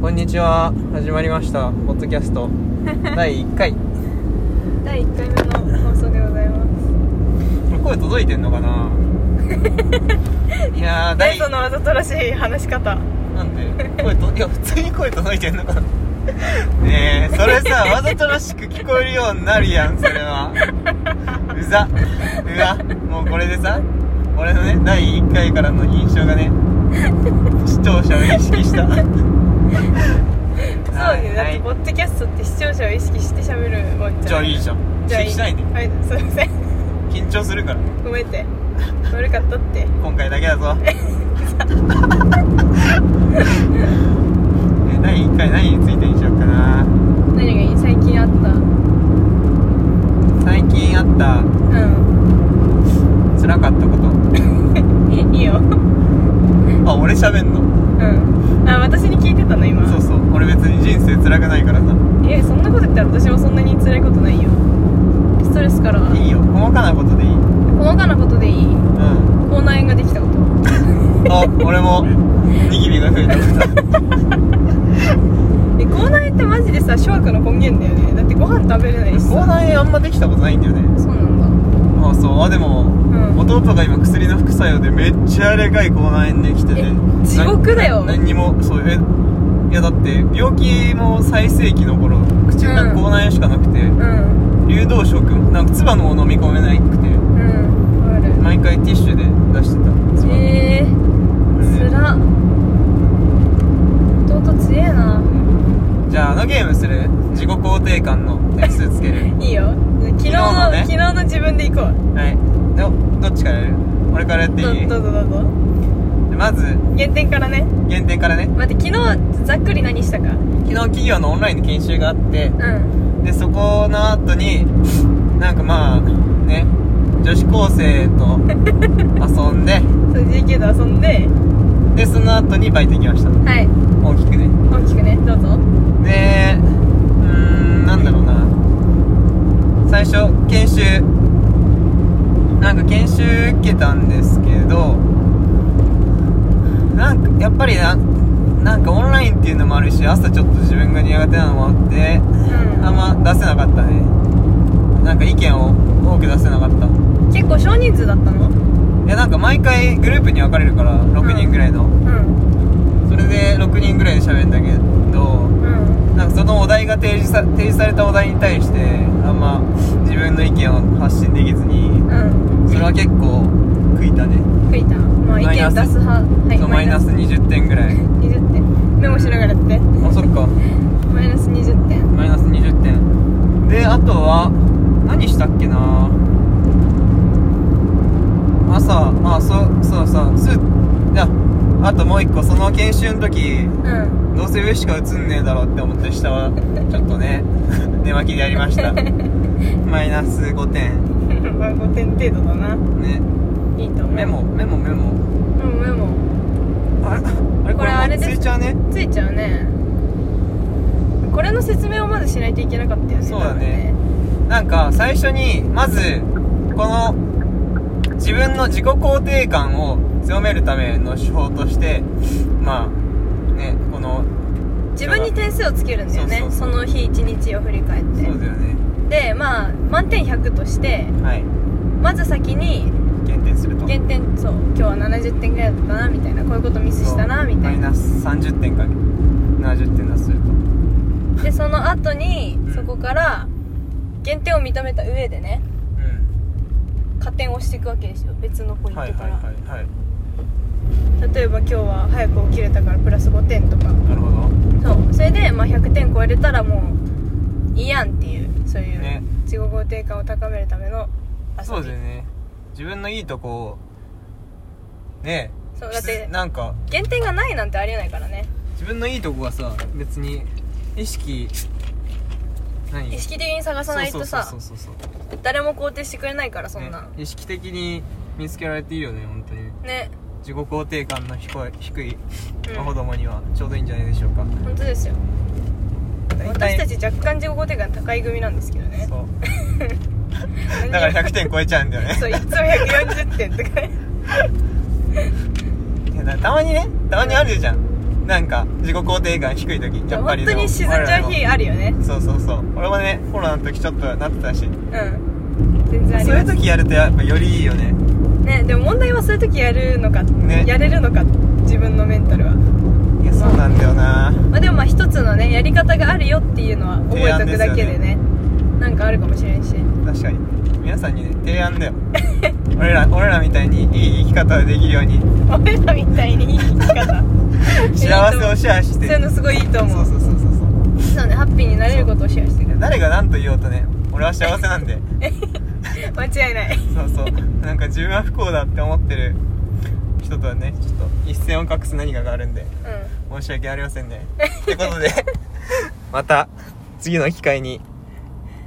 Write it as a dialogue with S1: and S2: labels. S1: こんにちは始まりましたポッドキャ スト第1回
S2: 第1回目の放送でございます
S1: 声届いてんの かないやー第
S2: 何そのわざとらしい話し方
S1: なんで声といや普通に声届いてんのかなねえそれ さわざとらしく聞こえるようになるやんそれはうざうわもうこれでさ俺のね第1回からの印象がね視聴者を意識したそう
S2: そうね、だってポッドキャストって視聴者を意識して喋るもん
S1: じゃあいいじゃん
S2: じゃあ
S1: 指摘しないで
S2: はいすいません
S1: 緊張するから
S2: ごめんっ て悪かったって
S1: 今回だけだぞ え第1回何についてにしようかな
S2: 何がいい最近あった
S1: 最近あった
S2: うん
S1: 辛かったこと
S2: え いいよ
S1: あ俺喋んの
S2: うんあ私に聞いてたの今
S1: そうそう俺別に人生辛くないからさ
S2: いやそんなこと言ったら私もそんなに辛いことないよストレスから
S1: いいよ細かなことでいいうん
S2: 細かなことでいい口内炎ができたこと
S1: あ俺 もニキビが増えてきた
S2: え口内炎ってマジでさ諸悪の根源だよねだってご飯食べれないし
S1: 口
S2: さ
S1: 内炎あんまできたことないんだよね
S2: そうなんだ
S1: あそうあでも
S2: うん
S1: 弟が今薬の副作用でめっちゃでかい口内炎できてて
S2: え地獄だよ
S1: な何にもそうえいやだって病気も最盛期の頃口の
S2: う
S1: 中
S2: ん
S1: 口内炎しかなくて、
S2: うん
S1: 流動食なんか唾のを飲み込めないくて
S2: うんある
S1: 毎回ティッシュで出してた唾の
S2: えー、つら弟強えな
S1: じゃああのゲームする自己肯定感の点数つける
S2: いいよ昨日の
S1: 昨日のね
S2: 昨日の自分で行こう
S1: はいどどっちからやる俺からやっていい
S2: どどうぞどうぞ
S1: でまず
S2: 原点からね
S1: 原点からね
S2: 待って昨日ざっくり何したか
S1: 昨日企業のオンラインの研修があって
S2: うん
S1: でそこの後になんかまあね女子高生と遊んで
S2: そう GK と遊んで
S1: でその後にバイト行きました
S2: はい
S1: 大きくね
S2: 大きくねどうぞ
S1: でうーんなんだろうな最初研修なんか研修受けたんですけどなんかやっぱりななんかオンラインっていうのもあるし朝ちょっと自分が苦手なのもあって
S2: うん
S1: あんま出せなかったねなんか意見を多く出せなかった
S2: 結構少人数だったの
S1: いやなんか毎回グループに分かれるから6人ぐらいの、
S2: うん
S1: それで6人ぐらいで喋るんだけど
S2: うん
S1: なんかそのお題が提示さ提示されたお題に対してあんま自分の意見を発信できずに
S2: うん
S1: それは結構悔いたね、
S2: 増えたまあ意
S1: マイナ
S2: 見
S1: ス
S2: 出す派はい
S1: そうマイナス20点ぐらい
S2: 20点メモしながらやって
S1: あそっか
S2: マイナス20点
S1: マイナス20点であとは何したっけな朝まあそうそうさスーいやあともう一個その研修の時
S2: うん
S1: どうせ上しか映んねえだろって思って下はちょっとね 寝巻きでやりました マイナス5点
S2: まあ5点程度だな
S1: ね
S2: いいと思う
S1: メモメモメモ
S2: うんメモ
S1: あれあれ
S2: これあれです
S1: ついちゃうね
S2: ついちゃうねこれの説明をまずしないといけなかったよね
S1: そうだねなんか最初にまずこの自分の自己肯定感を強めるための手法としてまあねこの
S2: 多分ね自分に点数をつけるんだよね
S1: そう
S2: そ
S1: そう
S2: の日一日を振り返っ
S1: そう
S2: て
S1: だよね
S2: でまあ満点100として
S1: はい
S2: まず先に
S1: 減点すると
S2: 減点そう今日は70点ぐらいだったなみたいなこういうことミスしたなみたい
S1: マイナス30点か70点だとすると
S2: なでその後に
S1: うん
S2: そこから減点を認めた上でね
S1: う
S2: 加点をしていくわけですよ別のポイ
S1: ん
S2: ントか
S1: はい
S2: ら、
S1: はいはいはい
S2: 例えば今日は早く起きれたからプラス5点とか
S1: なるほど
S2: そうそれで、まあ、100点超えれたらもういいやんっていうそういう
S1: ね
S2: 自己肯定感を高めるための遊び
S1: そうだよね自分のいいとこをね
S2: そうだって
S1: なんか
S2: 減点がないなんてありえないからね
S1: 自分のいいとこはさ別に意識何
S2: 意識的に探さないとさ
S1: そうそうそうそうそう
S2: 誰も肯定してくれないからそんな、
S1: ね意識的に見つけられていいよね本当に
S2: ね
S1: 自己肯定感の低い低い
S2: うん
S1: 真帆どもにはちょうどいいんじゃないでしょうか、
S2: 本当ですよ
S1: 大体
S2: 私たち若干自己肯定感高い組なんですけどね
S1: そうだから100点超えちゃうんだよ ね
S2: そういつも140点とかね
S1: いやだからたまにねたまにあるじゃん、なんか自己肯定感低い時やっぱ
S2: 本
S1: り
S2: 当
S1: でも
S2: に沈んじゃう日あるよね
S1: 俺らもそうそうそう俺もねコロナの時ちょっとなってたし
S2: うん全然あり
S1: そう
S2: ま
S1: い
S2: す
S1: う時やるとやっぱよりいいよね
S2: ねでも問題はそういう時やるのか、
S1: ね
S2: やれるのか自分のメンタルはい
S1: やそうなんだよな
S2: まあでもまあ一つのねやり方があるよっていうのは覚えておくだけでねなんかあるかもしれ んし
S1: 確かに皆さんにね提案 だよ俺ら俺らみたいにいい生き方ができるように
S2: 俺らみたいにいい生き 方
S1: 幸せをシェアして
S2: そういうのすごいいいと思う
S1: そ
S2: そう
S1: そうそうそうそう
S2: うねハッピーになれることをシェアしてく
S1: い
S2: れ
S1: や誰が何と言おうとね俺は幸せなんで
S2: る間違いない
S1: そうそうなんか自分は不幸だって思ってる人とはねちょっと一線を画す何かがあるんで
S2: うん
S1: 申し訳ありませんねってことでまた次の機会に